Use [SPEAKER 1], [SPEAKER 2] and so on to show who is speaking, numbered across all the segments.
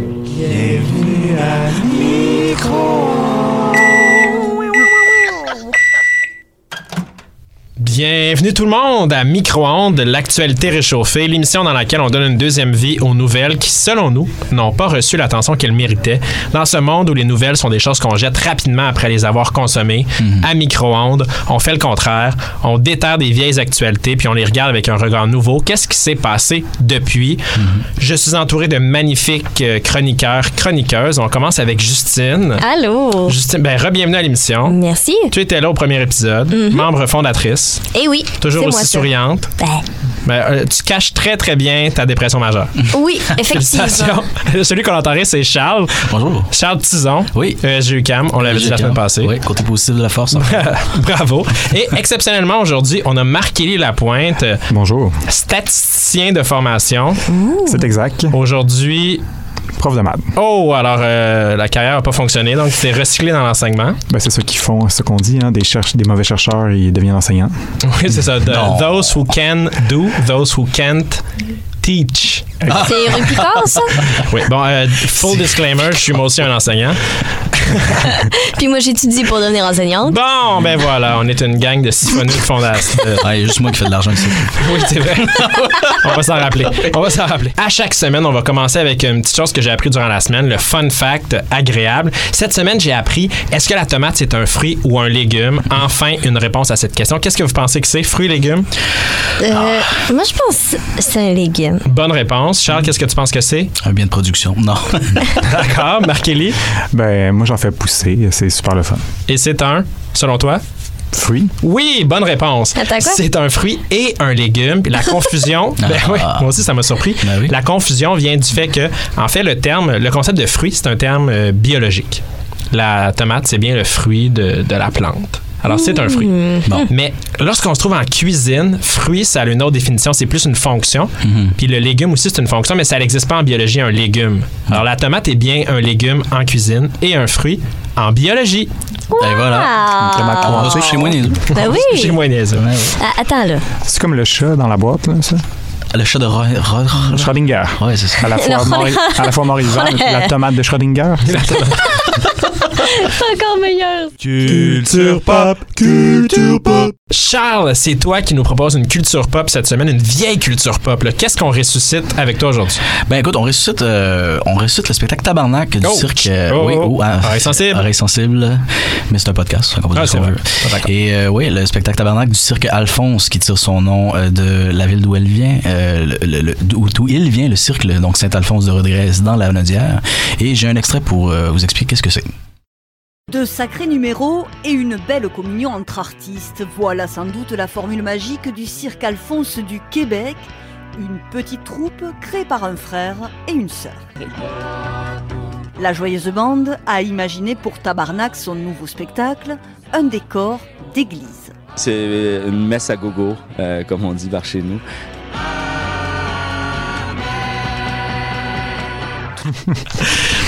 [SPEAKER 1] Bienvenue à Micro.
[SPEAKER 2] Bienvenue tout le monde à Micro-ondes, l'actualité réchauffée, l'émission dans laquelle on donne une deuxième vie aux nouvelles qui, selon nous, n'ont pas reçu l'attention qu'elles méritaient. Dans ce monde où les nouvelles sont des choses qu'on jette rapidement après les avoir consommées, à Micro-ondes, on fait le contraire, on déterre des vieilles actualités puis on les regarde avec un regard nouveau. Qu'est-ce qui s'est passé depuis? Je suis entouré de magnifiques euh, chroniqueurs, chroniqueuses. On commence avec Justine.
[SPEAKER 3] Ah. Allô?
[SPEAKER 2] Justine, ben, re-bienvenue à l'émission.
[SPEAKER 3] Merci.
[SPEAKER 2] Tu étais là au premier épisode, membre fondatrice,
[SPEAKER 3] Eh oui.
[SPEAKER 2] toujours
[SPEAKER 3] c'est
[SPEAKER 2] aussi
[SPEAKER 3] moi, ça.
[SPEAKER 2] souriante.
[SPEAKER 3] Ben,
[SPEAKER 2] Ben, euh, tu caches très très bien ta dépression majeure.
[SPEAKER 3] oui, effectivement.
[SPEAKER 2] Félicitations. Celui qu'on entendrait, c'est Charles.
[SPEAKER 1] Bonjour.
[SPEAKER 2] Charles Tison. Euh,
[SPEAKER 1] Oui.
[SPEAKER 2] ESGUCAM, on l'avait dit la semaine passée.
[SPEAKER 1] Oui, côté positif de la force. hein.
[SPEAKER 2] Bravo. Et exceptionnellement, aujourd'hui, on a Marquélie Lapointe, euh,
[SPEAKER 4] Bonjour.
[SPEAKER 2] statisticien de formation.
[SPEAKER 4] C'est exact.
[SPEAKER 2] Aujourd'hui,
[SPEAKER 4] Prof de maths.
[SPEAKER 2] oh, alors euh, la carrière n'a pas fonctionné, donc tu t'es recyclé dans l'enseignement.
[SPEAKER 4] Ben, c'est ceux qui font ce qu'on dit, hein, des, cherche- des mauvais chercheurs, ils deviennent enseignants.
[SPEAKER 2] Oui, c'est ça. The-
[SPEAKER 1] Non.
[SPEAKER 2] those who can do, those who can't teach.
[SPEAKER 3] C'est Rue Picard, ça?
[SPEAKER 2] Oui, bon, euh, full disclaimer, je suis moi aussi un enseignant.
[SPEAKER 3] Puis moi, j'étudie pour devenir enseignante.
[SPEAKER 2] Bon, ben voilà, on est une gang de siphonneux de fondation. Euh,
[SPEAKER 1] Ah, il y a juste moi qui fais de l'argent ici.
[SPEAKER 2] Oui, c'est vrai. on va s'en rappeler. On va s'en rappeler. À chaque semaine, on va commencer avec une petite chose que j'ai appris durant la semaine, le fun fact agréable. Cette semaine, j'ai appris est-ce que la tomate c'est un fruit ou un légume Enfin, une réponse à cette question. Qu'est-ce que vous pensez que c'est Fruit, légume
[SPEAKER 3] Euh,
[SPEAKER 2] Ah.
[SPEAKER 3] moi, je pense que c'est un légume.
[SPEAKER 2] Bonne réponse. Charles, qu'est-ce que tu penses que c'est
[SPEAKER 1] Un bien de production. Non.
[SPEAKER 2] D'accord, Marquelli.
[SPEAKER 4] Ben, moi, j'en fais pousser, c'est super le fun.
[SPEAKER 2] Et c'est un, selon toi
[SPEAKER 4] Fruits?
[SPEAKER 2] Oui, bonne réponse.
[SPEAKER 3] Attends, quoi?
[SPEAKER 2] C'est un fruit et un légume. Puis La confusion, ben
[SPEAKER 1] Ah.
[SPEAKER 2] oui, moi aussi ça m'a surpris.
[SPEAKER 1] Ben oui.
[SPEAKER 2] La confusion vient du fait que, en fait, le terme, le concept de fruit, c'est un terme euh, biologique. La tomate, c'est bien le fruit de, de la plante. Alors, c'est un fruit.
[SPEAKER 3] Hmm.
[SPEAKER 1] Bon.
[SPEAKER 2] Mais lorsqu'on se trouve en cuisine, fruit, ça a une autre définition, c'est plus une fonction.
[SPEAKER 1] Hmm.
[SPEAKER 2] Puis le légume aussi, c'est une fonction, mais ça n'existe pas en biologie, un légume.
[SPEAKER 1] Ah.
[SPEAKER 2] Alors, la tomate est bien un légume en cuisine et un fruit en biologie.
[SPEAKER 1] Ben voilà.
[SPEAKER 3] Wow.
[SPEAKER 1] Tomate croisée chez moi, les deux.
[SPEAKER 3] Ah. Ben
[SPEAKER 2] J'ai
[SPEAKER 3] oui.
[SPEAKER 2] moins niaiseux.
[SPEAKER 3] Ah, attends, là.
[SPEAKER 4] C'est comme le chat dans la boîte, là, ça?
[SPEAKER 1] Ah, Le chat de Ro- Ro- Ro-
[SPEAKER 4] Schrödinger.
[SPEAKER 1] Ouais, c'est
[SPEAKER 4] À
[SPEAKER 1] ça.
[SPEAKER 4] la fois, mort, à la fois mort et vivant, la tomate de Schrödinger.
[SPEAKER 3] C'est encore meilleur.
[SPEAKER 1] Culture pop, culture pop.
[SPEAKER 2] Charles, c'est toi qui nous propose une culture pop cette semaine, une vieille culture pop. là. Qu'est-ce qu'on ressuscite avec toi aujourd'hui?
[SPEAKER 1] Ben écoute, on ressuscite, euh, on ressuscite le spectacle Tabarnak du
[SPEAKER 2] Oh.
[SPEAKER 1] cirque. euh,
[SPEAKER 2] Oh,
[SPEAKER 1] oui,
[SPEAKER 2] oh.
[SPEAKER 1] ah,
[SPEAKER 2] Oreille sensible.
[SPEAKER 1] Oreille sensible. Mais c'est un podcast, donc on peut
[SPEAKER 2] Ah,
[SPEAKER 1] dire ce
[SPEAKER 2] c'est
[SPEAKER 1] qu'on
[SPEAKER 2] vrai.
[SPEAKER 1] veut.
[SPEAKER 2] Ah, d'accord.
[SPEAKER 1] Et euh, oui, le spectacle Tabarnak du cirque Alphonse qui tire son nom euh, de la ville d'où elle vient, euh, le- le- le- d'où d'où il vient, le cirque, le- donc Saint-Alphonse de Rodriguez dans la Nodière. Et j'ai un extrait pour euh, vous expliquer qu'est-ce que c'est.
[SPEAKER 5] De sacrés numéros et une belle communion entre artistes, voilà sans doute la formule magique du Cirque Alphonse du Québec, une petite troupe créée par un frère et une sœur. La joyeuse bande a imaginé pour Tabarnak son nouveau spectacle, un décor d'église.
[SPEAKER 6] C'est une messe à gogo, euh, comme on dit par chez nous.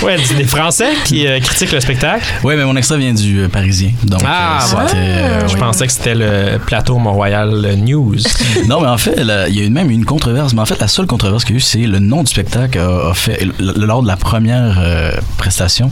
[SPEAKER 2] Ouais, c'est des Français qui euh, critiquent le spectacle.
[SPEAKER 1] Oui, mais mon extrait vient du euh, Parisien. Donc,
[SPEAKER 2] Ah,
[SPEAKER 1] euh, c'était, euh,
[SPEAKER 2] Je
[SPEAKER 1] oui.
[SPEAKER 2] pensais que c'était le plateau Mont-Royal News.
[SPEAKER 1] Non, mais en fait, là, il y a eu même une controverse. Mais en fait, la seule controverse qu'il y a eu, c'est le nom du spectacle a, a fait l- lors de la première euh, prestation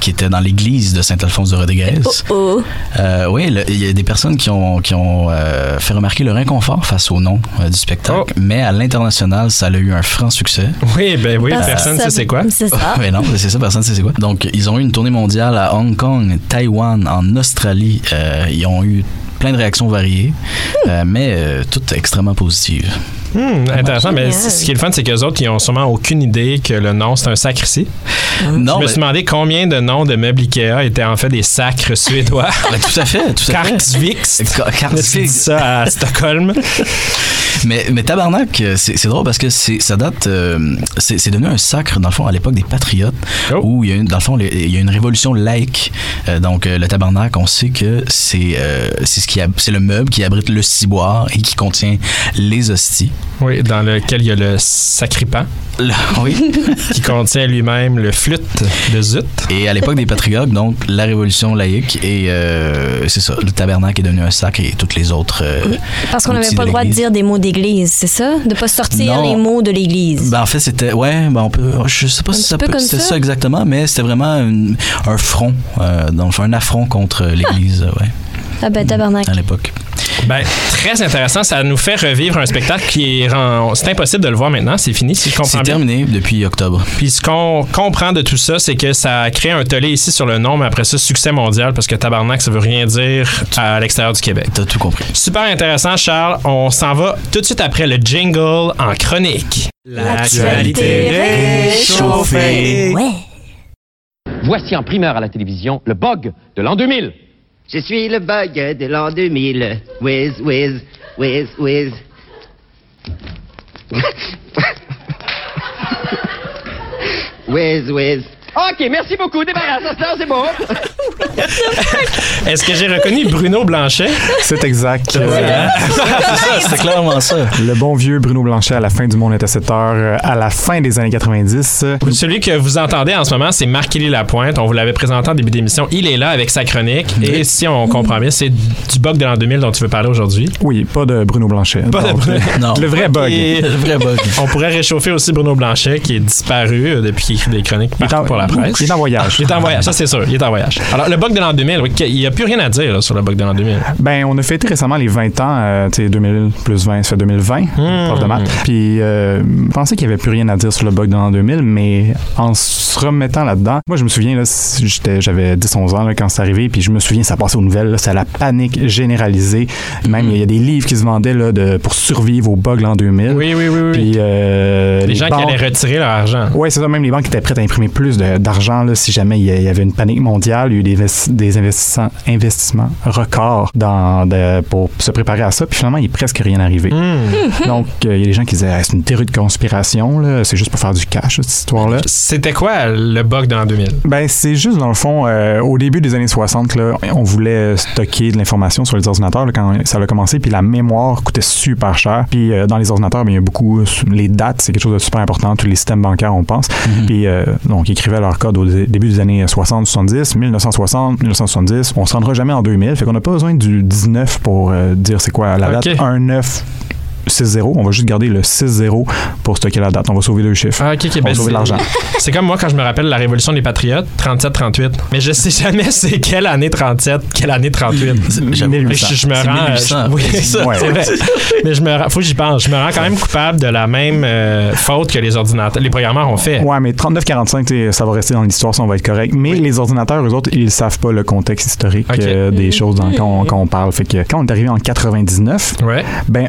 [SPEAKER 1] qui était dans l'église de Saint-Alphonse de Rodriguez.
[SPEAKER 3] Oh, oh.
[SPEAKER 1] Euh, oui, le- il y a des personnes qui ont, qui ont euh, fait remarquer leur inconfort face au nom euh, du spectacle.
[SPEAKER 2] Oh.
[SPEAKER 1] Mais à l'international, ça a eu un franc succès.
[SPEAKER 2] Oui, ben oui,
[SPEAKER 3] Parce que
[SPEAKER 2] personne ne
[SPEAKER 3] Ah, ça-
[SPEAKER 2] sait c'est quoi.
[SPEAKER 3] C'est ça.
[SPEAKER 1] Mais non, c'est ça, personne ne sait c'est quoi. Donc, ils ont eu une tournée mondiale à Hong Kong, Taïwan, en Australie. Euh, ils ont eu plein de réactions variées, euh, mais euh, toutes extrêmement positives.
[SPEAKER 2] Hmm, intéressant, mais
[SPEAKER 3] Génial.
[SPEAKER 2] ce qui est le fun, c'est qu'eux autres, ils ont sûrement aucune idée que le nom, c'est un sacrifice.
[SPEAKER 1] Non,
[SPEAKER 2] je me
[SPEAKER 1] ben,
[SPEAKER 2] suis demandé combien de noms de meubles Ikea étaient en fait des sacres suédois.
[SPEAKER 1] ben, tout à fait, tout à fait.
[SPEAKER 2] Karksvix.
[SPEAKER 1] Car- car-
[SPEAKER 2] Tu dis ça à Stockholm.
[SPEAKER 1] Mais, mais tabarnak, euh, c'est c'est drôle parce que c'est- ça date. euh, c'est c'est devenu un sacre, dans le fond, à l'époque des Patriotes,
[SPEAKER 2] Oh.
[SPEAKER 1] où il y a une, dans le fond, les- il y a une révolution laïque. Euh, donc, euh, le tabarnak, on sait que c'est euh, c'est ce qui hab- c'est le meuble qui abrite le ciboire et qui contient les hosties.
[SPEAKER 2] Oui, dans lequel il y a le sacripant
[SPEAKER 1] Là, oui.
[SPEAKER 2] qui contient lui-même le flûte de Zut.
[SPEAKER 1] Et à l'époque des Patriotes, donc, la révolution laïque, et euh, c'est ça, le tabernacle est devenu un sacre et toutes les autres. euh,
[SPEAKER 3] Parce qu'on
[SPEAKER 1] Outil
[SPEAKER 3] n'avait pas
[SPEAKER 1] de
[SPEAKER 3] le droit de
[SPEAKER 1] l'Église.
[SPEAKER 3] dire des mots d'église, c'est ça? De pas sortir
[SPEAKER 1] Non.
[SPEAKER 3] les mots de l'église.
[SPEAKER 2] Bah.
[SPEAKER 1] Ben, en fait, c'était. Ouais, ben on peut. Je sais pas
[SPEAKER 3] Un
[SPEAKER 1] si
[SPEAKER 3] petit
[SPEAKER 1] ça
[SPEAKER 3] peu
[SPEAKER 1] peut-
[SPEAKER 3] comme
[SPEAKER 1] c'était
[SPEAKER 3] ça.
[SPEAKER 1] ça. exactement, mais c'était vraiment une- un front, euh, dans le fond, un affront contre l'Église, euh, ouais,
[SPEAKER 3] ah ben tabarnak.
[SPEAKER 1] à l'époque.
[SPEAKER 2] Ben, très intéressant. Ça nous fait revivre un spectacle qui est. rend- C'est impossible de le voir maintenant. C'est fini, si je comprends
[SPEAKER 1] C'est
[SPEAKER 2] bien.
[SPEAKER 1] terminé depuis octobre.
[SPEAKER 2] Puis ce qu'on comprend de tout ça, c'est que ça a créé un tollé ici sur le nom, mais après ça, succès mondial, parce que tabarnak, ça veut rien dire à l'extérieur du Québec.
[SPEAKER 1] T'as tout compris.
[SPEAKER 2] Super intéressant, Charles. On s'en va tout de suite après le jingle en chronique.
[SPEAKER 3] L'actualité
[SPEAKER 7] réchauffée.
[SPEAKER 3] Ouais.
[SPEAKER 8] Voici en primeur à la télévision le bug de l'an 2000.
[SPEAKER 9] Je suis le bug de l'an 2000. Whiz, whiz, whiz, whiz. whiz, whiz.
[SPEAKER 8] OK, merci beaucoup. Débarrasse, ça, c'est bon.
[SPEAKER 2] Est-ce que j'ai reconnu Bruno Blanchet?
[SPEAKER 4] C'est exact. Euh,
[SPEAKER 1] C'est clairement ça.
[SPEAKER 4] le bon vieux Bruno Blanchet à la fin du Monde Intercepteur, euh, à la fin des années 90.
[SPEAKER 2] Celui que vous entendez en ce moment, c'est Marc-Élie Lapointe. On vous l'avait présenté en début d'émission. Il est là avec sa chronique. Et si on comprend bien, c'est du bug de l'an 2000 dont tu veux parler aujourd'hui.
[SPEAKER 4] Oui, pas de Bruno Blanchet.
[SPEAKER 2] Pas de
[SPEAKER 4] Donc,
[SPEAKER 2] Bruno-
[SPEAKER 4] euh,
[SPEAKER 1] Non.
[SPEAKER 4] Le vrai bug.
[SPEAKER 2] Et
[SPEAKER 1] Le vrai bug.
[SPEAKER 2] on pourrait réchauffer aussi Bruno Blanchet qui est disparu euh, depuis qu'il écrit des chroniques
[SPEAKER 4] Il est en-
[SPEAKER 2] partout pour la presse.
[SPEAKER 4] Il est en voyage.
[SPEAKER 2] Il est en voyage, ça c'est sûr, il est en voyage. Alors, le bug de l'an 2000, oui, il n'y a plus rien à dire là, sur le bug de l'an 2000.
[SPEAKER 4] Ben, on a fêté récemment les 20 ans, euh, tu sais, 2000 plus 20, ça fait 2020,
[SPEAKER 2] Hmm.
[SPEAKER 4] prof de maths. Puis, euh, je pensais qu'il n'y avait plus rien à dire sur le bug de l'an 2000, mais en se remettant là-dedans, moi, je me souviens, là, si j'étais- j'avais 10-11 ans là, quand c'est arrivé, puis je me souviens, ça passait aux nouvelles, là, c'est la panique généralisée.
[SPEAKER 2] Hmm.
[SPEAKER 4] Même, il y a des livres qui se vendaient là, de, pour survivre au bug de l'an 2000.
[SPEAKER 2] Oui, oui, oui, oui.
[SPEAKER 4] Puis, euh,
[SPEAKER 2] les, gens
[SPEAKER 4] banques-
[SPEAKER 2] qui allaient retirer leur argent.
[SPEAKER 4] oui, c'est ça. Même les banques étaient prêtes à imprimer plus de- d'argent là, si jamais il y a- il y avait une panique mondiale. Il y a eu des, investi- des investissements, investissements records dans, de- pour se préparer à ça. Puis finalement, il est presque rien arrivé. Donc, euh, il y a des gens qui disaient Ah, c'est une théorie de conspiration. là, C'est juste pour faire du cash, cette histoire-là.
[SPEAKER 2] C'était quoi le bug de l'an 2000?
[SPEAKER 4] Ben, c'est juste, dans le fond, euh, au début des années 60, là, on voulait stocker de l'information sur les ordinateurs là, quand ça a commencé, puis la mémoire coûtait super cher. Puis euh, dans les ordinateurs, ben, il y a beaucoup, euh, les dates, c'est quelque chose de super important. Tous les systèmes bancaires, on pense.
[SPEAKER 2] Mhm.
[SPEAKER 4] Puis euh, donc, ils écrivaient leur code au dé- début des années 60, 70, 1960, 1970. On se rendra jamais en 2000, fait qu'on n'a pas besoin du 19 pour euh, dire c'est quoi la date.
[SPEAKER 2] Ok.
[SPEAKER 4] 19 6-0, on va juste garder le 6-0 pour stocker la date. On va sauver deux chiffres.
[SPEAKER 2] Ah, ok, ok,
[SPEAKER 4] on
[SPEAKER 2] ben,
[SPEAKER 4] va sauver de
[SPEAKER 2] c'est-
[SPEAKER 4] l'argent.
[SPEAKER 2] C'est comme moi quand je me rappelle la révolution des patriotes, 37-38. Mais je sais jamais c'est quelle année 37, quelle année 38.
[SPEAKER 1] J'avoue.
[SPEAKER 4] 1800.
[SPEAKER 2] Je, je me
[SPEAKER 1] C'est
[SPEAKER 2] rends.
[SPEAKER 1] 1800.
[SPEAKER 2] je- oui,
[SPEAKER 1] C'est ça.
[SPEAKER 4] Ouais.
[SPEAKER 2] c'est vrai. Mais je me rends- faut que j'y pense. Je me rends quand même coupable de la même euh, faute que les ordinateurs, les programmeurs ont fait.
[SPEAKER 4] Ouais, mais 39-45, tu sais, ça va rester dans l'histoire, ça, on va être correct. Mais les ordinateurs, eux autres, ils savent pas le contexte historique
[SPEAKER 2] Ok.
[SPEAKER 4] euh, des choses dans, quand, on, quand on parle. Fait que quand on est arrivé en 99,
[SPEAKER 2] Ouais.
[SPEAKER 4] ben,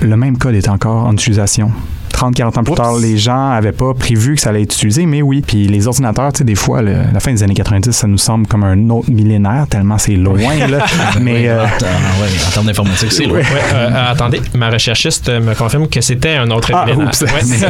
[SPEAKER 4] le même code est encore en utilisation. 30-40 ans plus
[SPEAKER 2] Oups.
[SPEAKER 4] tard, les gens avaient pas prévu que ça allait être utilisé, mais oui. Puis les ordinateurs, tu sais, des fois, le- la fin des années 90, ça nous semble comme un autre millénaire, tellement c'est loin, là. mais.
[SPEAKER 1] Oui,
[SPEAKER 4] euh,
[SPEAKER 1] en, termes- ouais, en termes d'informatique, c'est loin.
[SPEAKER 2] Ouais, euh, euh, attendez, ma recherchiste me confirme que c'était un autre
[SPEAKER 4] Ah,
[SPEAKER 2] événement.
[SPEAKER 4] oups.
[SPEAKER 2] Ouais.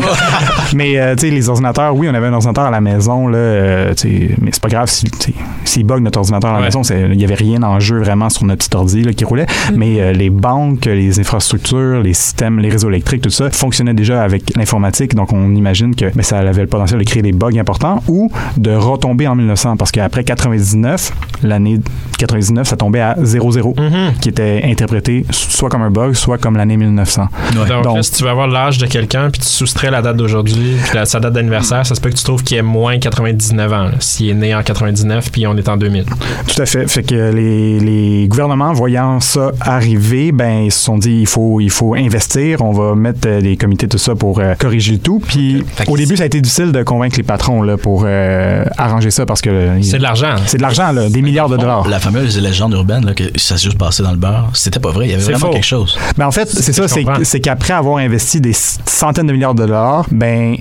[SPEAKER 4] Mais euh, tu sais, les ordinateurs, oui, on avait un ordinateur à la maison, là, euh, tu sais, mais c'est pas grave si- tu sais, s'il bug notre ordinateur à la
[SPEAKER 2] Ouais.
[SPEAKER 4] maison, c'est- il n'y avait rien en jeu vraiment sur notre petit ordi là, qui roulait. Mais euh, les banques, les infrastructures, les systèmes, les réseaux électriques, tout ça fonctionnait déjà avec l'informatique, donc on imagine que mais ça avait le potentiel de créer des bugs importants ou de retomber en 1900, parce qu'après 99, l'année 99, ça tombait à 00,
[SPEAKER 2] Mhm.
[SPEAKER 4] qui était interprété soit comme un bug, soit comme l'année 1900.
[SPEAKER 1] Ouais.
[SPEAKER 2] Donc,
[SPEAKER 4] Donc-
[SPEAKER 2] là, si tu veux avoir l'âge de quelqu'un puis tu soustrais la date d'aujourd'hui puis la- sa date d'anniversaire, ça se peut que tu trouves qu'il est moins 99 ans. là, S'il est né en 99 puis on est en 2000.
[SPEAKER 4] Tout à fait. Fait que les, les gouvernements, voyant ça arriver, ben ils se sont dit il faut il faut investir. On va mettre euh, des comités tout ça pour pour euh, corriger le tout. Puis
[SPEAKER 1] Fait que
[SPEAKER 4] au
[SPEAKER 1] c'est-
[SPEAKER 4] début, ça a été difficile de convaincre les patrons là, pour euh, arranger ça parce que euh,
[SPEAKER 2] C'est de l'argent. hein.
[SPEAKER 4] c'est de l'argent, là, des milliards de dollars.
[SPEAKER 1] La fameuse légende urbaine là, que ça s'est juste passé dans le beurre, c'était pas vrai. Il y avait
[SPEAKER 2] C'est
[SPEAKER 1] vraiment
[SPEAKER 2] faux.
[SPEAKER 1] quelque chose.
[SPEAKER 4] Mais en fait, c'est
[SPEAKER 2] ce que
[SPEAKER 4] ça,
[SPEAKER 2] je
[SPEAKER 4] c'est
[SPEAKER 2] comprends.
[SPEAKER 4] c'est qu'après avoir investi des centaines de milliards de dollars, ben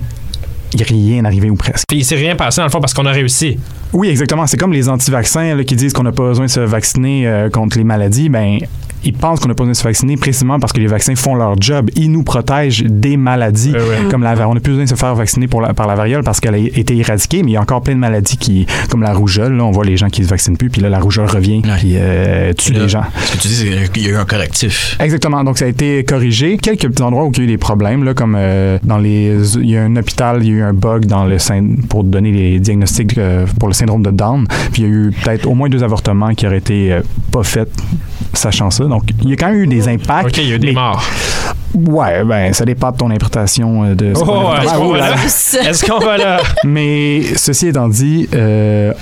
[SPEAKER 4] il n'y a rien arrivé ou presque.
[SPEAKER 2] Puis il s'est rien passé dans le fond parce qu'on a réussi.
[SPEAKER 4] Oui, exactement. C'est comme les anti-vaccins là, qui disent qu'on n'a pas besoin de se vacciner euh, contre les maladies. Ben, ils pensent qu'on n'a pas besoin de se vacciner précisément parce que les vaccins font leur job. Ils nous protègent des maladies.
[SPEAKER 1] Eh
[SPEAKER 2] Euh, ouais.
[SPEAKER 4] Comme la, va- on n'a plus besoin de se faire vacciner pour la- par la variole parce qu'elle a été éradiquée, mais il y a encore plein de maladies qui, comme la rougeole. là, on voit les gens qui se vaccinent plus, puis là, la rougeole revient,
[SPEAKER 1] Ouais.
[SPEAKER 4] puis euh, tue
[SPEAKER 1] Là,
[SPEAKER 4] les gens.
[SPEAKER 1] Ce que tu dis, c'est qu'il y a eu un correctif.
[SPEAKER 4] Exactement. Donc, ça a été corrigé. Quelques petits endroits où il y a eu des problèmes, là, comme euh, dans les. Il y a un hôpital, il y a eu un bug dans le syn- pour donner les diagnostics euh, pour le syndrome de Down. Puis il y a eu peut-être au moins deux avortements qui auraient été euh, pas faits, sachant ça. Donc, il y a quand même eu des impacts.
[SPEAKER 2] OK, il y a eu des
[SPEAKER 4] mais-
[SPEAKER 2] morts.
[SPEAKER 4] Ouais, ben, ça dépend de ton interprétation euh, de.
[SPEAKER 2] Oh,
[SPEAKER 4] Ah,
[SPEAKER 2] ouais,
[SPEAKER 4] oh là
[SPEAKER 2] voilà.
[SPEAKER 4] là.
[SPEAKER 2] Est-ce qu'on va là?
[SPEAKER 4] Mais ceci étant dit, euh,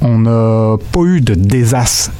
[SPEAKER 4] on n'a pas eu de désastre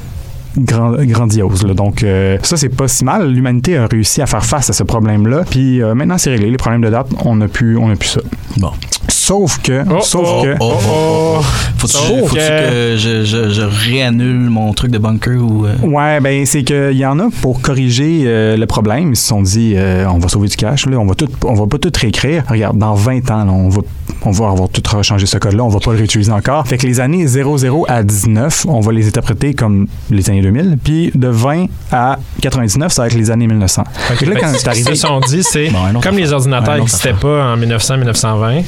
[SPEAKER 4] grand- grandiose. là. Donc euh, ça, c'est pas si mal. L'humanité a réussi à faire face à ce problème-là. Puis euh, maintenant, c'est réglé. Les problèmes de date, on n'a plus, on a plus ça.
[SPEAKER 1] Bon.
[SPEAKER 4] Sauf que...
[SPEAKER 2] Oh,
[SPEAKER 4] sauf
[SPEAKER 2] oh,
[SPEAKER 4] que...
[SPEAKER 1] Oh, oh, oh, oh. Faut-tu
[SPEAKER 2] Sauf
[SPEAKER 1] faut-tu
[SPEAKER 2] que-
[SPEAKER 1] que je, je- je réannule mon truc de bunker ou. euh,
[SPEAKER 4] Ouais, ben c'est qu'il y en a pour corriger euh, le problème. Ils se sont dit, euh, on va sauver du cash, là, on va tout, on va pas tout réécrire. Regarde, dans 20 ans, là, on va on va avoir tout rechangé ce code-là, on va pas le réutiliser encore. Fait que les années 00 à 19, on va les interpréter comme les années 2000, puis de 20 à 99, ça va être les années 1900. Fait que là, quand c'est
[SPEAKER 2] Ce
[SPEAKER 4] arrivé...
[SPEAKER 2] qu'ils se sont dit, c'est
[SPEAKER 1] Bon, un autre
[SPEAKER 2] comme les
[SPEAKER 1] Un
[SPEAKER 2] ordinateurs
[SPEAKER 1] autre
[SPEAKER 2] n'existaient
[SPEAKER 1] affaire.
[SPEAKER 2] pas en 1900-1920,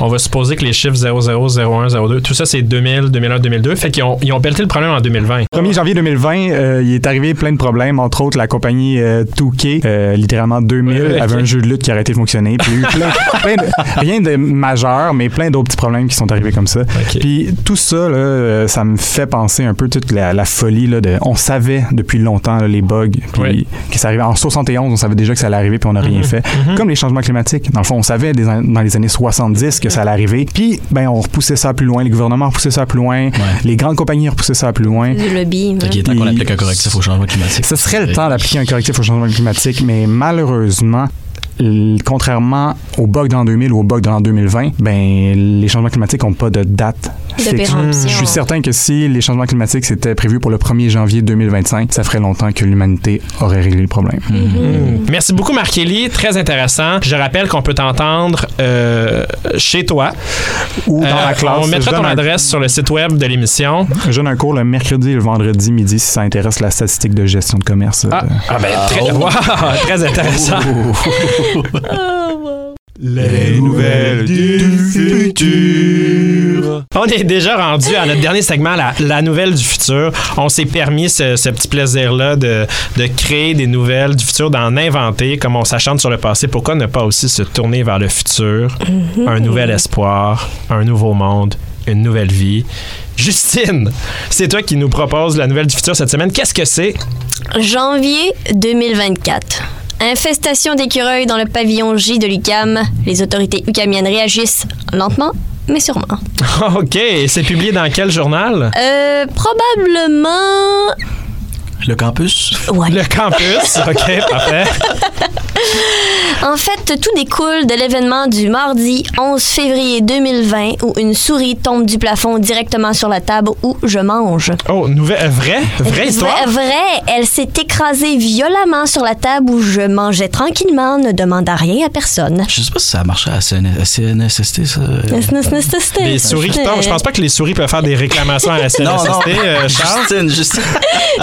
[SPEAKER 2] on va supposer que les chiffres 00, 01, 02, tout ça, c'est 2000, 2001, 2002. Fait qu'ils ont, ils ont pelleté le problème en 2020.
[SPEAKER 4] 1er janvier 2020, euh, il est arrivé plein de problèmes, entre autres la compagnie euh, 2K, euh, littéralement 2000,
[SPEAKER 2] Ouais.
[SPEAKER 4] avait un jeu de lutte qui a arrêté de fonctionner. Puis il y a eu plein, plein de- rien de majeur, mais plein d'autres petits problèmes qui sont arrivés comme ça.
[SPEAKER 2] OK.
[SPEAKER 4] Puis tout ça, là, euh, ça me fait penser un peu toute la, la folie. Là, de, on savait depuis longtemps là, les bugs, puis
[SPEAKER 2] Oui.
[SPEAKER 4] que ça arrivait. En 71, on savait déjà que ça allait arriver, puis on n'a
[SPEAKER 2] Mhm.
[SPEAKER 4] rien fait. Comme les changements climatiques. Dans le fond, on savait des an- dans les années 70 que ça allait arriver. Puis, ben, on repoussait ça plus loin. Les gouvernements repoussaient ça plus loin. Les grandes compagnies repoussaient ça plus loin.
[SPEAKER 3] Le lobby.
[SPEAKER 1] Fait qu'il est temps qu'on applique un correctif au changement climatique.
[SPEAKER 4] Ce serait le temps d'appliquer un correctif au changement climatique, mais malheureusement, l- contrairement au bug de l'an 2000 ou au bug de l'an 2020, ben, les changements climatiques n'ont pas de date fixe.
[SPEAKER 3] péremption.
[SPEAKER 4] Je suis certain que si les changements climatiques c'était prévu pour le 1er janvier 2025, ça ferait longtemps que l'humanité aurait réglé le problème.
[SPEAKER 2] Hmm. Merci beaucoup, marc Ellie. Très intéressant. Je rappelle qu'on peut t'entendre euh, chez toi.
[SPEAKER 4] Ou dans
[SPEAKER 2] Euh,
[SPEAKER 4] la classe.
[SPEAKER 2] on
[SPEAKER 4] je
[SPEAKER 2] mettra
[SPEAKER 4] donne
[SPEAKER 2] ton
[SPEAKER 4] un-
[SPEAKER 2] adresse sur le site web de l'émission.
[SPEAKER 4] Je donne un cours le mercredi et le vendredi midi si ça intéresse la statistique de gestion de commerce.
[SPEAKER 2] Ah,
[SPEAKER 4] euh,
[SPEAKER 2] ah ben, très, wow, très intéressant.
[SPEAKER 4] Les nouvelles du futur.
[SPEAKER 2] On est déjà rendu à notre dernier segment, la, la nouvelle du futur. On s'est permis ce, ce petit plaisir-là de, de créer des nouvelles du futur, d'en inventer, comme on s'achante sur le passé. Pourquoi ne pas aussi se tourner vers le futur? Un nouvel espoir, un nouveau monde, une nouvelle vie. Justine, c'est toi qui nous propose la nouvelle du futur cette semaine. Qu'est-ce que c'est?
[SPEAKER 3] Janvier 2024. Infestation d'écureuils dans le pavillon J de l'UCAM. Les autorités ucamiennes réagissent lentement, mais sûrement.
[SPEAKER 2] OK, c'est publié dans quel journal?
[SPEAKER 3] Euh, probablement.
[SPEAKER 1] Le campus,
[SPEAKER 3] Ouais.
[SPEAKER 2] Le campus. OK, parfait.
[SPEAKER 3] En fait, tout découle de l'événement du mardi 11 février 2020 où une souris tombe du plafond directement sur la table où je mange.
[SPEAKER 2] Oh, nouvelle, vraie? Vraie histoire?
[SPEAKER 3] Vrai, vrai. elle s'est écrasée violemment sur la table où je mangeais tranquillement, ne demandant rien à personne.
[SPEAKER 1] je sais pas si ça a marché à CN- à CNSST, ça. euh,
[SPEAKER 2] Les souris qui tombent. Je pense pas que les souris peuvent faire des réclamations à la CNSST, euh, Charles.
[SPEAKER 1] Justine, Justine.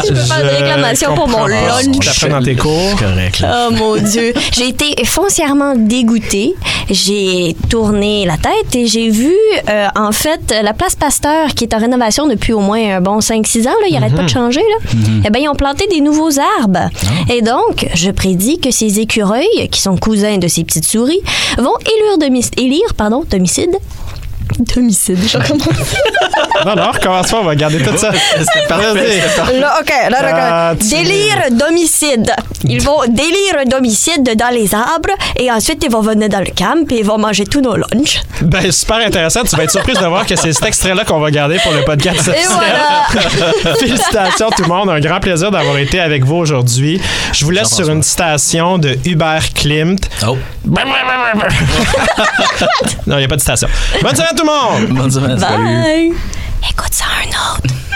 [SPEAKER 3] Je peux faire des
[SPEAKER 2] Je
[SPEAKER 3] réclamations pour mon
[SPEAKER 2] comprends.
[SPEAKER 3] lunch.
[SPEAKER 2] Tu l'apprends dans tes cours.
[SPEAKER 1] Correct. là.
[SPEAKER 3] Oh mon Dieu. J'ai été foncièrement dégoûtée. J'ai tourné la tête et j'ai vu, euh, en fait, la place Pasteur, qui est en rénovation depuis au moins un bon 5-6 ans, là, ils
[SPEAKER 2] Mhm.
[SPEAKER 3] n'arrêtent pas de changer, là. Eh bien, ils ont planté des nouveaux arbres.
[SPEAKER 2] Ah.
[SPEAKER 3] Et donc, je prédis que ces écureuils, qui sont cousins de ces petites souris, vont élire, domi- élire, pardon, domicile D'homicide. Je comprends.
[SPEAKER 2] Non, non, recommence pas, on va garder tout ça.
[SPEAKER 1] C'est
[SPEAKER 2] Vas-y.
[SPEAKER 3] Là, OK, là,
[SPEAKER 2] Ah,
[SPEAKER 3] là, là.
[SPEAKER 2] tu-
[SPEAKER 3] Délire d'homicide. Ils vont délire d'homicide dans les arbres et ensuite ils vont venir dans le camp et ils vont manger tous nos lunchs.
[SPEAKER 2] Ben, super intéressant. Tu vas être surprise de voir que c'est cet extrait-là qu'on va garder pour le podcast.
[SPEAKER 3] Et voilà!
[SPEAKER 2] Félicitations tout le monde, un grand plaisir d'avoir été avec vous aujourd'hui. Je vous laisse sur une citation de Hubert Klimt.
[SPEAKER 1] Oh,
[SPEAKER 2] Non, il n'y a pas de citation. Bonne semaine tout le monde!
[SPEAKER 1] bonne semaine.
[SPEAKER 3] Bye! Écoute ça un autre.